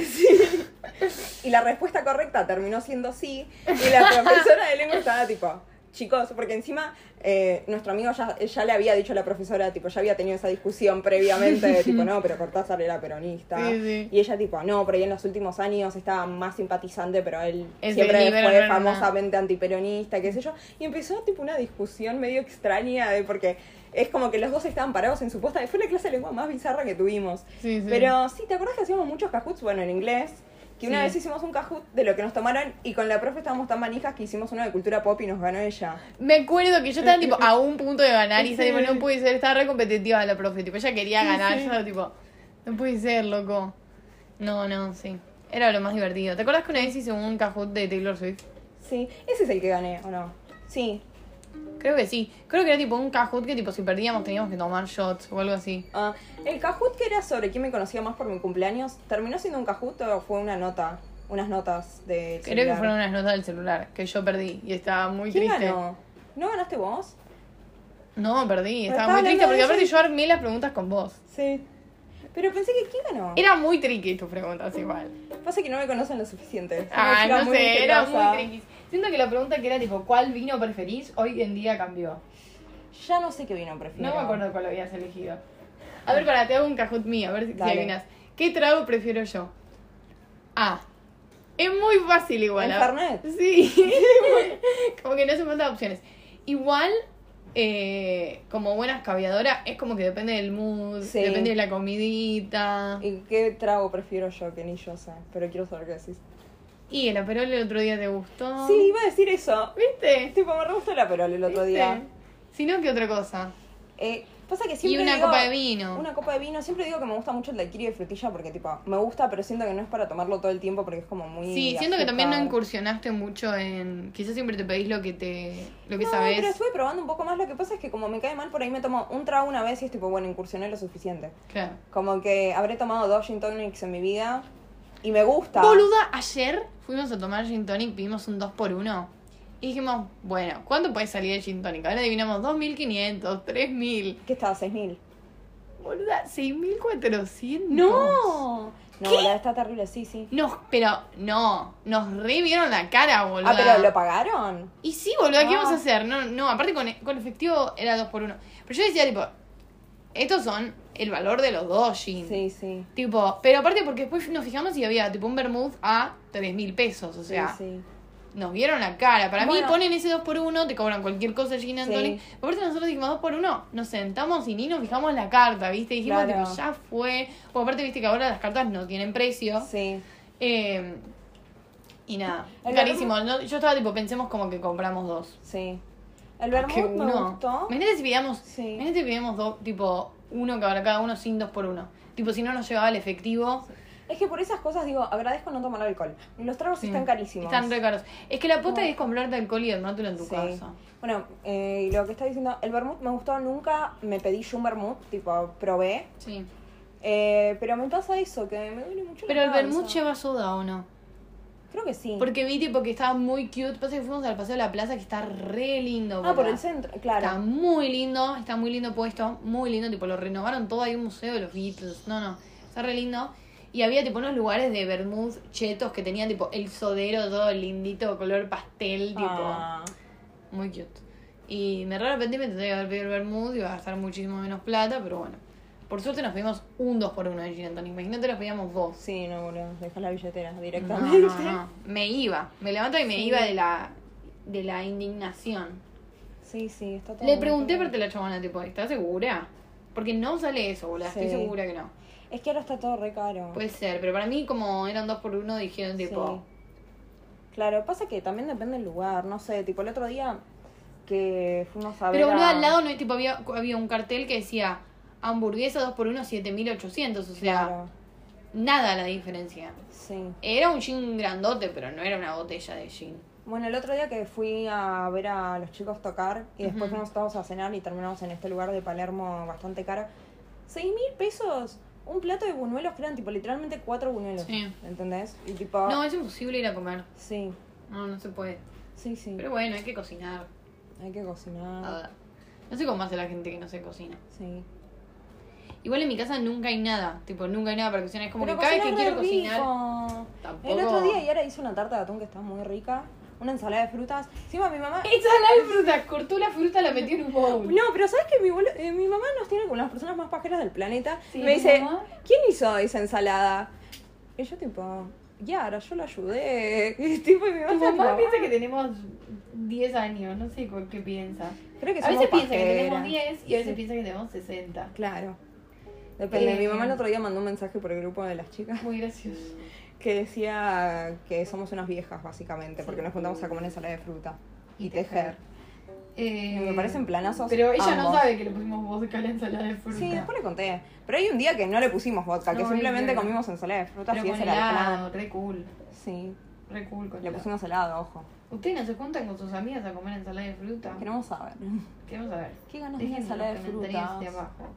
A: Y la respuesta correcta terminó siendo sí. Y la profesora de lengua estaba tipo... Chicos, porque encima eh, nuestro amigo ya, ya le había dicho a la profesora, tipo, ya había tenido esa discusión previamente, de, tipo, no, pero Cortázar era peronista.
B: Sí, sí.
A: Y ella, tipo, no, pero ahí en los últimos años estaba más simpatizante, pero él
B: Es
A: siempre
B: del libro,
A: fue
B: no, no, no.
A: famosamente antiperonista, qué sé yo. Y empezó, tipo, una discusión medio extraña de porque es como que los dos estaban parados en su posta. Fue la clase de lengua más bizarra que tuvimos.
B: Sí, sí.
A: Pero sí, ¿te acuerdas que hacíamos muchos cajuts? Bueno, en inglés. Que una
B: Sí.
A: vez hicimos un cajut de lo que nos tomaron y con la profe estábamos tan manijas que hicimos uno de cultura pop y nos ganó ella.
B: Me acuerdo que yo estaba tipo a un punto de ganar y esa tipo no puede ser, estaba re competitiva la profe, tipo ella quería ganar, yo estaba tipo, no puede ser, loco. No, no, sí. Era lo más divertido. ¿Te acuerdas que una vez hice un cajut de Taylor Swift?
A: Sí, ese es el que gané, ¿o no? Sí.
B: Creo que sí. Creo que era tipo un cajut que tipo si perdíamos teníamos que tomar shots o algo así.
A: Ah, el cajut que era sobre quién me conocía más por mi cumpleaños, ¿terminó siendo un cajut o fue una nota? Unas notas de.
B: Creo que fueron unas notas del celular que yo perdí y estaba muy
A: ¿Quién
B: triste.
A: ganó? ¿No ganaste vos?
B: No, perdí,
A: Pero
B: estaba muy
A: estaba
B: triste
A: hablando
B: porque
A: de
B: aparte
A: ella
B: yo armé las preguntas con vos.
A: Sí. Pero pensé que ¿quién ganó?
B: Era muy tricky tus preguntas igual.
A: Pasa que no me conocen lo suficiente. Soy una
B: Ah,
A: chica
B: no
A: muy
B: sé, era
A: misteriosa.
B: muy tricky. Siento que la pregunta que era tipo, ¿cuál vino preferís? Hoy en día cambió.
A: Ya no sé qué vino prefiero.
B: No me acuerdo cuál habías elegido. A ver, para, te hago un cajut mío, a ver si, si
A: Dale.
B: adivinas. ¿Qué trago prefiero yo? Ah, es muy fácil igual.
A: ¿El
B: ah.
A: Fernet?
B: Sí. como que no hace falta opciones. Igual, eh, como buena escabiadora, es como que depende del mood,
A: Sí.
B: depende de la comidita.
A: ¿Y qué trago prefiero yo que ni yo sé? Pero quiero saber qué decís.
B: Y el aperol el otro día te gustó.
A: Sí, iba a decir eso.
B: ¿Viste?
A: Tipo, me re gustó la perol el otro día.
B: Si no, ¿qué otra cosa?
A: Eh, pasa que siempre
B: y una
A: digo-
B: copa de vino.
A: Una copa de vino. Siempre digo que me gusta mucho el daiquiri de frutilla porque, tipo, me gusta, pero siento que no es para tomarlo todo el tiempo porque es como muy.
B: Sí, siento que
A: azúcar.
B: también no incursionaste mucho en... Quizás siempre te pedís lo que te... Lo que
A: No,
B: sabes.
A: pero estuve probando un poco más. Lo que pasa es que, como me cae mal, por ahí me tomo un trago una vez y es tipo, bueno, incursioné lo suficiente.
B: Claro.
A: Como que habré tomado dos gin tonics en mi vida y me gusta.
B: Boluda, ayer fuimos a tomar gin tonic, pedimos un 2x1. Y dijimos, bueno, ¿cuánto puede salir el gin tonic? Ahora adivinamos 2.500, 3.000.
A: ¿Qué estaba? ¿6.000?
B: Boluda, 6.400.
A: No, boluda, está terrible, sí, sí.
B: No, pero no. Nos re vieron la cara, boluda.
A: Ah, pero ¿lo pagaron?
B: Y sí, boluda, ¿qué
A: Ah.
B: vamos a hacer? No, no, aparte con, con efectivo era 2 por 1 Pero yo decía, tipo, estos son el valor de los dos jeans.
A: Sí, sí.
B: Tipo, pero aparte porque después nos fijamos y había tipo un vermouth a 3 mil pesos, o sea,
A: sí,
B: nos vieron la cara. Para
A: Bueno.
B: mí ponen ese 2 por 1 te cobran cualquier cosa el gin and
A: Sí.
B: tonic. Aparte nosotros dijimos 2 por 1 nos sentamos y ni nos fijamos la carta, ¿viste? Dijimos,
A: Claro.
B: tipo, ya fue. O aparte, viste que ahora las cartas no tienen precio.
A: sí. Sí.
B: Eh, y nada,
A: El
B: carísimo. No, yo estaba tipo, pensemos como que compramos dos.
A: sí. El vermouth me
B: Ah, uno.
A: gustó.
B: Imagínate si pidamos,
A: Sí.
B: imagínate si pidamos dos, tipo, uno que habrá cada uno sin dos por uno. Tipo, si no nos llevaba el efectivo.
A: Es que por esas cosas digo, agradezco no tomar alcohol. Los tragos
B: Sí.
A: están carísimos.
B: Están re caros. Es que la apuesta
A: No.
B: es comprarte alcohol y armártelo en tu
A: Sí.
B: casa.
A: Bueno, eh, lo que está diciendo, el vermouth me gustó, nunca me pedí yo un vermouth, tipo, probé.
B: Sí.
A: Eh, pero me pasa eso, que me duele mucho la
B: Pero el
A: panza.
B: vermut lleva soda o no?
A: Creo que sí.
B: Porque vi tipo que estaba muy cute. Pasa que fuimos al paseo de la plaza que está re lindo.
A: ah, por
B: ¿verdad?
A: el centro,
B: Está
A: claro.
B: muy lindo, está muy lindo puesto, muy lindo, tipo lo renovaron todo, hay un museo de los Beatles, no, no, está re lindo. Y había tipo unos lugares de vermouth chetos que tenían tipo el sodero todo lindito, color pastel, tipo,
A: Ah.
B: muy cute. Y me re arrepentí, me tendría que haber pedido el vermouth, iba a gastar muchísimo menos plata, pero bueno. Por suerte nos pedimos un 2 por 1 de gin and tonic, imagínate nos pedíamos dos.
A: Sí, no, boludo, dejas la billetera
B: No,
A: directamente.
B: no, no, me iba, me levanto y me iba de la, de la indignación.
A: Sí, sí, está todo
B: Le
A: muy
B: pregunté
A: bien.
B: aparte a la chabona, tipo, ¿estás segura? Porque no sale eso, boludo, estoy
A: Sí.
B: segura que no.
A: Es que ahora está todo re caro.
B: Puede ser, pero para mí como eran dos por uno, dijeron
A: Sí.
B: tipo,
A: Claro, pasa que también depende del lugar, no sé, tipo el otro día que fuimos a ver
B: pero boludo,
A: a-
B: al lado no hay- tipo había, había un cartel que decía hamburguesa dos por uno, 7800, o sea,
A: Claro,
B: nada la diferencia.
A: sí.
B: Era un gin grandote, pero no era una botella de gin.
A: Bueno, el otro día que fui a ver a los chicos tocar y después fuimos todos a cenar y terminamos en este lugar de Palermo bastante caro. ¿Seis mil pesos? Un plato de buñuelos que eran tipo literalmente cuatro buñuelos.
B: Sí.
A: ¿Entendés? Y tipo...
B: No, es imposible ir a comer.
A: Sí,
B: No, no se puede.
A: sí, sí.
B: Pero bueno, hay que cocinar.
A: Hay que cocinar.
B: No sé cómo hace la gente que no se cocina.
A: Sí.
B: Igual en mi casa nunca hay nada, tipo, nunca hay nada para cocinar. Es como
A: Pero
B: que cada vez que
A: cocinar
B: quiero
A: re
B: cocinar...
A: rico.
B: tampoco-
A: El otro día Yara hizo una tarta de atún que está muy rica. una ensalada de frutas. Encima mi mamá...
B: Ensalada de frutas, cortó la fruta, la metió en un bowl.
A: No, pero ¿sabes que mi, bolu- eh, mi mamá nos tiene como las personas más pajeras del planeta?
B: Sí,
A: me
B: ¿tu
A: dice,
B: mamá?
A: ¿quién hizo esa ensalada? Y yo tipo, Yara, yo la ayudé. Y tipo, y mi mamá,
B: Tu
A: tipo,
B: mamá piensa que tenemos 10 años, no sé cu- qué piensa.
A: creo que
B: A
A: somos
B: veces piensa que tenemos
A: pajeras.
B: 10 y a veces
A: Sí.
B: piensa que tenemos 60.
A: Claro. Depende.
B: Eh,
A: Mi mamá el otro día mandó un mensaje por el grupo de las chicas
B: Muy gracioso.
A: que decía que somos unas viejas, básicamente, porque
B: Sí.
A: nos juntamos a comer ensalada de fruta y,
B: Y
A: tejer.
B: tejer.
A: Y
B: Eh,
A: me parecen planazos.
B: Pero ella no
A: ambos.
B: sabe que le pusimos vodka a la ensalada de fruta.
A: Sí, después le conté. Pero hay un día que no le pusimos vodka, que
B: No,
A: simplemente
B: es verdad.
A: comimos ensalada de frutas
B: Pero
A: y
B: con
A: ese era el plan.
B: helado, re cool.
A: Sí,
B: Re cool con
A: le
B: helado.
A: pusimos helado, ojo.
B: ¿Ustedes no se juntan con sus amigas a comer ensalada de fruta?
A: Queremos saber.
B: Queremos saber.
A: ¿Qué ganas de
B: Dejen
A: una
B: en
A: ensalada de
B: los comentarios de
A: frutas?
B: abajo.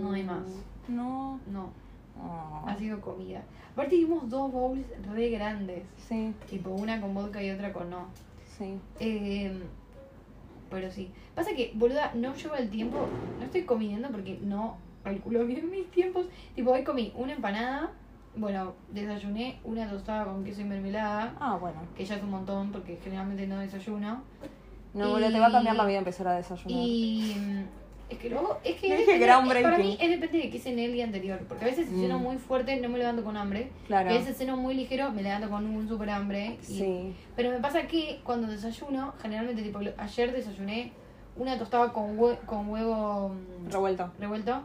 A: No
B: hay más. Ah.
A: No.
B: No,
A: Oh,
B: ha sido comida. Aparte dimos dos bowls re grandes.
A: Sí,
B: Tipo una con vodka y otra con no.
A: sí.
B: Eh, pero sí. Pasa que, boluda, no llevo el tiempo. No estoy comiendo porque no calculo bien mis tiempos. Tipo, hoy comí una empanada. Bueno, desayuné una tostada con queso y mermelada.
A: Ah, bueno.
B: Que ya es un montón porque generalmente no desayuno.
A: No,
B: Y-
A: boludo, te va a cambiar la vida empezar a desayunar.
B: Y mm, es que luego, es que
A: Yo dije
B: depende-
A: groundbreaking.
B: para mí es depende de qué cené el día anterior. Porque a veces si
A: Mm.
B: ceno muy fuerte no me levanto con hambre.
A: Claro.
B: Y a veces ceno muy ligero me levanto con un super hambre. y-
A: Sí.
B: Pero me pasa que cuando desayuno, generalmente tipo lo- ayer desayuné una tostada con, hue- con huevo mm,
A: Revuelto.
B: revuelto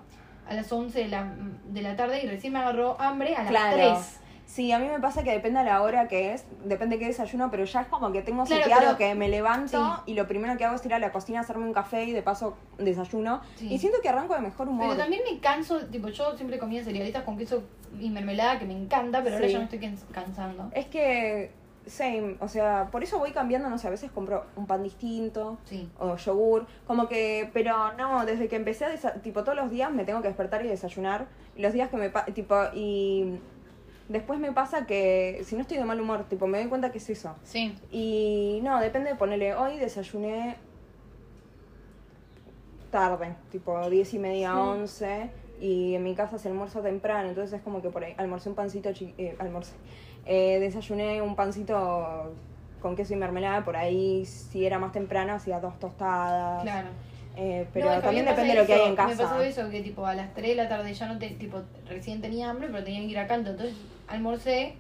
B: a las 11 de la, mm, de la tarde y recién me agarró hambre a las
A: Claro.
B: 3.
A: Sí, a mí me pasa que depende a la hora que es, depende qué desayuno, pero ya es como que tengo
B: Claro,
A: seteado
B: pero-
A: que me levanto
B: sí.
A: y lo primero que hago es ir a la cocina a hacerme un café y de paso desayuno.
B: Sí.
A: Y siento que arranco de mejor humor.
B: Pero también me canso, tipo yo siempre comía cerealitas con queso y mermelada que me encanta, pero ahora
A: Sí.
B: ya me estoy can- cansando.
A: Es que, same, o sea, por eso voy cambiando, no sé, a veces compro un pan distinto
B: Sí.
A: o yogur, como que, pero no, desde que empecé a, desa- tipo, todos los días me tengo que despertar y desayunar, y los días que me, pa- tipo, y después me pasa que, si no estoy de mal humor, tipo, me doy cuenta que es eso.
C: Sí.
A: Y no, depende de ponerle, hoy desayuné tarde, tipo 10 y media, 11, y en mi casa se almuerza temprano, entonces es como que por ahí almorcé un pancito, chi- eh, almorcé, Eh, desayuné un pancito con queso y mermelada, por ahí si era más temprano hacía dos tostadas,
B: Claro.
A: Eh, pero
B: No, es que a mí
A: también
B: me
A: depende de
B: pasa
A: lo que hay
B: eso.
A: en
B: Me pasó
A: casa.
B: eso, que tipo a las 3 de la tarde ya no te, tipo, recién tenía hambre, pero tenía que ir a canto. Entonces almorcé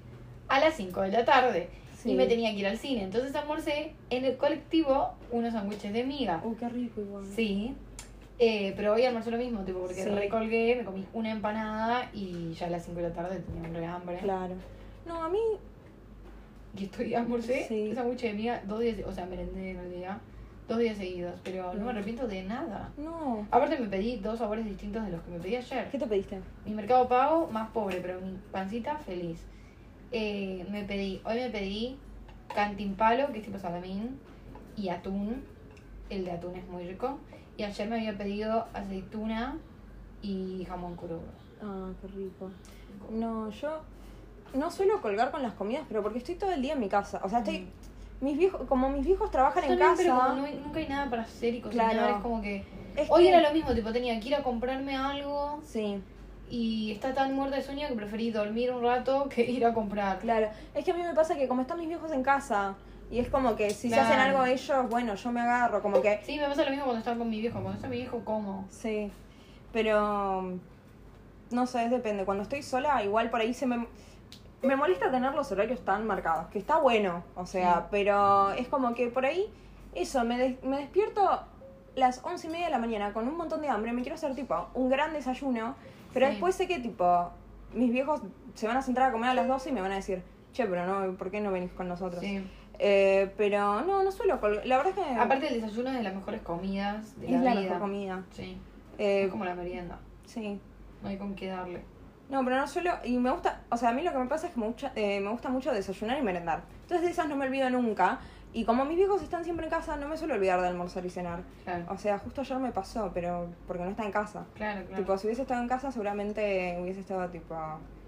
B: a las 5 de la tarde
A: Sí.
B: y me tenía que ir al cine. Entonces almorcé en el colectivo unos sándwiches de miga.
A: Uy, qué rico igual.
B: Sí. Eh, pero hoy almorcé lo mismo, tipo, porque
A: Mm. Sí.
B: recolgué, me comí una empanada y ya a las 5 de la tarde tenía un re hambre.
A: Claro. No, a mí
B: Y estoy almorcé
A: Sí.
B: sándwich de miga dos días, o sea, merendé en realidad, dos días seguidos, pero no me
A: Mm.
B: arrepiento de nada.
A: no.
B: Aparte me pedí dos sabores distintos de los que me pedí ayer.
A: ¿Qué te pediste?
B: Mi mercado pago más pobre, pero mi pancita feliz. Eh, me pedí, hoy me pedí cantimpalo, que es tipo salamín, y atún. El de atún es muy rico. Y ayer me había pedido aceituna y jamón crudo.
A: Ah, qué rico. No, yo no suelo colgar con las comidas, pero porque estoy todo el día en mi casa. O sea, estoy. Mis viejos, como mis viejos trabajan
B: Está
A: en
B: bien,
A: casa.
B: Mm. pero como no hay- nunca hay nada para hacer y cocinar,
A: Claro.
B: es como que...
A: es
B: Hoy
A: que-
B: era lo mismo, tipo tenía que ir a comprarme algo
A: Sí,
B: y está tan muerta de sueño que preferí dormir un rato que ir a comprar.
A: claro. Es que a mí me pasa que como están mis viejos en casa, y es como que si
B: Claro.
A: se hacen algo ellos, bueno, yo me agarro, como que.
B: Sí, me pasa lo mismo cuando estaba con mi viejo. Cuando está mi viejo, como.
A: Sí. Pero. No sé, es depende. Cuando estoy sola, igual por ahí se me. Me molesta tener los horarios tan marcados, que está bueno, o sea,
B: Sí.
A: pero es como que por ahí, eso, me, des- me despierto las once y media de la mañana con un montón de hambre, me quiero hacer tipo un gran desayuno, pero
B: Sí.
A: después sé que tipo, mis viejos se van a sentar a comer a las 12 y me van a decir, che, pero no, ¿por qué no venís con nosotros?
B: Sí.
A: Eh, pero no, no suelo, colgar- la verdad es que
B: Aparte el desayuno es de las mejores comidas de
A: es
B: la,
A: la
B: vida.
A: mejor comida.
B: Sí.
A: Eh,
B: es como la merienda.
A: sí.
B: No hay con qué darle.
A: No, pero no solo. Y me gusta. O sea, a mí lo que me pasa es que me gusta, eh, me gusta mucho desayunar y merendar. Entonces de esas no me olvido nunca. Y como mis viejos están siempre en casa, no me suelo olvidar de almorzar y cenar.
B: Claro.
A: O sea, justo ayer me pasó, pero porque no está en casa.
B: Claro, claro.
A: Tipo, si hubiese estado en casa, seguramente hubiese estado tipo,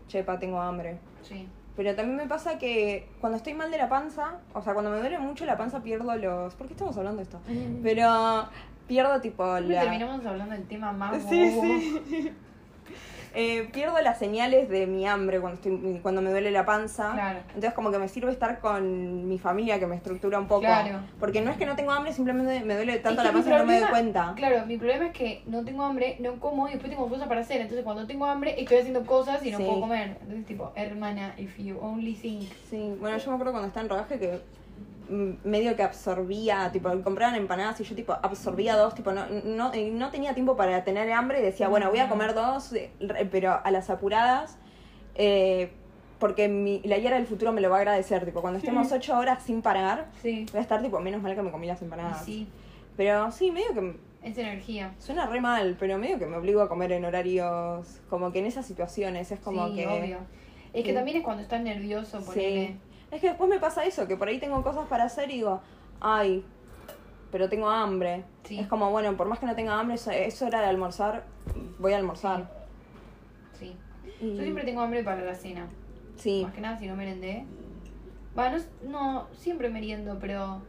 A: chepa, tengo hambre.
B: Sí.
A: Pero también me pasa que cuando estoy mal de la panza, o sea, cuando me duele mucho la panza, pierdo los. ¿Por qué estamos hablando de esto?
B: Pero
A: Pero pierdo tipo
B: Siempre
A: la.
B: terminamos hablando del tema más
A: Sí,
B: bobo.
A: sí. Eh, pierdo las señales de mi hambre cuando, estoy, cuando me duele la panza.
D: Claro.
A: Entonces como que me sirve estar con mi familia que me estructura un poco.
D: Claro.
A: Porque no es que no tengo hambre, simplemente me duele tanto
D: Es
A: la
D: que mi
A: panza que no me doy
D: problema-
A: cuenta.
D: Claro, mi problema es que no tengo hambre, no como y después tengo cosas para hacer. Entonces, cuando tengo hambre, estoy haciendo cosas y no
A: Sí.
D: puedo comer. Entonces, tipo, hermana, if you only think.
A: Sí, bueno, yo me acuerdo cuando estaba en rodaje que mm, medio que absorbía, tipo, compraban empanadas y yo tipo absorbía dos, tipo, no, no, eh, no tenía tiempo para tener hambre y decía, bueno, voy a comer dos, eh, re- pero a las apuradas, eh, porque mi- la guía del futuro me lo va a agradecer, tipo, cuando estemos ocho horas sin parar,
D: Sí.
A: voy a estar tipo, menos mal que me comí las empanadas.
D: Sí,
A: Pero sí, medio que m-
D: es energía.
A: suena re mal, pero medio que me obligo a comer en horarios, como que en esas situaciones, es como
D: sí,
A: que...
D: obvio. Es que
A: Sí.
D: también es cuando estás nervioso, ponele.
A: Sí. Es que después me pasa eso, que por ahí tengo cosas para hacer y digo, ay, pero tengo hambre.
D: Sí.
A: Es como, bueno, por más que no tenga hambre, es, es hora de almorzar, voy a almorzar.
D: Sí.
A: Y-
D: Yo siempre tengo hambre para la cena.
A: Sí,
D: Más que nada, si no merendé. Va, no, no, siempre meriendo, pero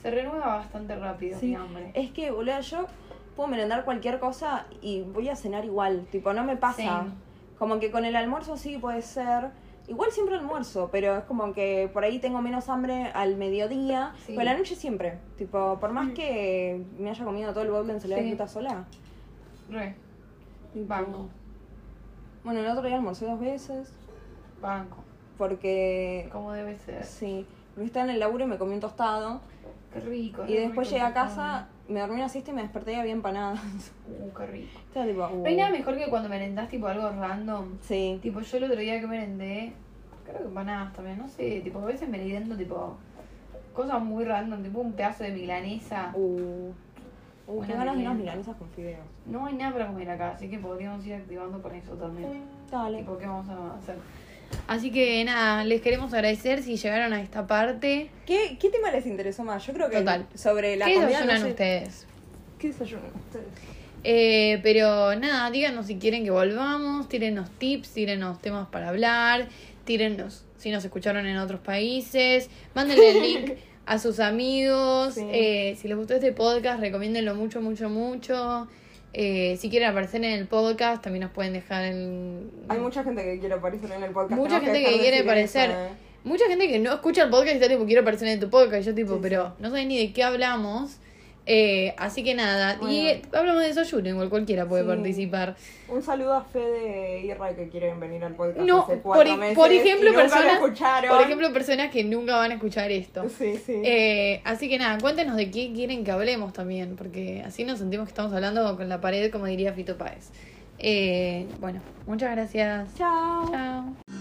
D: se renueva bastante rápido
A: Sí. Eh.
D: mi hambre.
A: es que, boludo, yo puedo merendar cualquier cosa y voy a cenar igual, tipo, no me pasa.
D: Same.
A: Como que con el almuerzo sí puede ser. Igual siempre almuerzo, pero es como que por ahí tengo menos hambre al mediodía.
D: Sí. Mm.
A: Pero a la noche siempre. Tipo, por más que me haya comido todo el bowl de ensalada de
D: Sí.
A: fruta sola.
D: Re,
A: tipo,
D: banco,
A: Bueno, el otro día almorcé dos veces
D: banco.
A: porque
D: Como debe ser.
A: sí, porque estaba en el laburo y me comí un tostado
D: Qué rico.
A: y
D: qué
A: después
D: rico,
A: llegué a
D: qué rico.
A: casa, me dormí una siesta y me desperté y había empanadas.
D: Uh, qué rico.
A: Estaba tipo, uh.
D: No hay nada mejor que cuando merendás tipo algo random.
A: Sí,
D: Tipo, yo el otro día que merendé, creo que empanadas también, no sé, tipo, a veces merendando tipo cosas muy random, tipo un pedazo de milanesa.
A: uh. Uh,
D: Buena
A: qué ganas de
D: merienda.
A: unas milanesas con fideos.
D: No hay nada para comer acá, así que podríamos ir activando con eso también.
A: Dale.
D: Tipo, ¿qué vamos a hacer?
B: Así que nada, les queremos agradecer si llegaron a esta parte.
A: ¿Qué, ¿Qué tema les interesó más? Yo creo que
B: Total.
A: sobre la
B: ¿Qué
A: comida.
B: desayunan
A: no sé-
B: ustedes?
A: ¿Qué desayunan ustedes?
B: Eh, pero nada, díganos si quieren que volvamos, tírenos tips, tírenos temas para hablar, tírenos si nos escucharon en otros países, mándenle el link a sus amigos,
A: Sí.
B: eh, si les gustó este podcast, recomiéndenlo mucho, mucho, mucho. Eh, si quieren aparecer en el podcast, también nos pueden dejar en...
A: Hay mucha gente que quiere aparecer en el podcast.
B: Mucha
A: tenemos
B: gente que
A: dejar de
B: quiere
A: decir eso,
B: aparecer.
A: eh.
B: Mucha gente que no escucha el podcast y está tipo, quiero aparecer en tu podcast. Y yo tipo,
A: Sí,
B: pero no sabés ni de qué hablamos. Eh, así que nada, y
A: Bueno.
B: eh, hablamos de desayuno, igual cualquiera puede
A: Sí.
B: participar.
A: Un saludo a Fede y Ray que quieren venir al podcast.
B: No,
A: hace
B: por,
A: cuatro
B: e-
A: meses
B: por
A: y
B: ejemplo,
A: nunca lo
B: personas,
A: escucharon.
B: por ejemplo, personas que nunca van a escuchar esto.
A: Sí, sí.
B: Eh, así que nada, cuéntenos de qué quieren que hablemos también, porque así nos sentimos que estamos hablando con la pared, como diría Fito Páez. Eh, bueno, muchas gracias.
A: Chao.
B: Chao.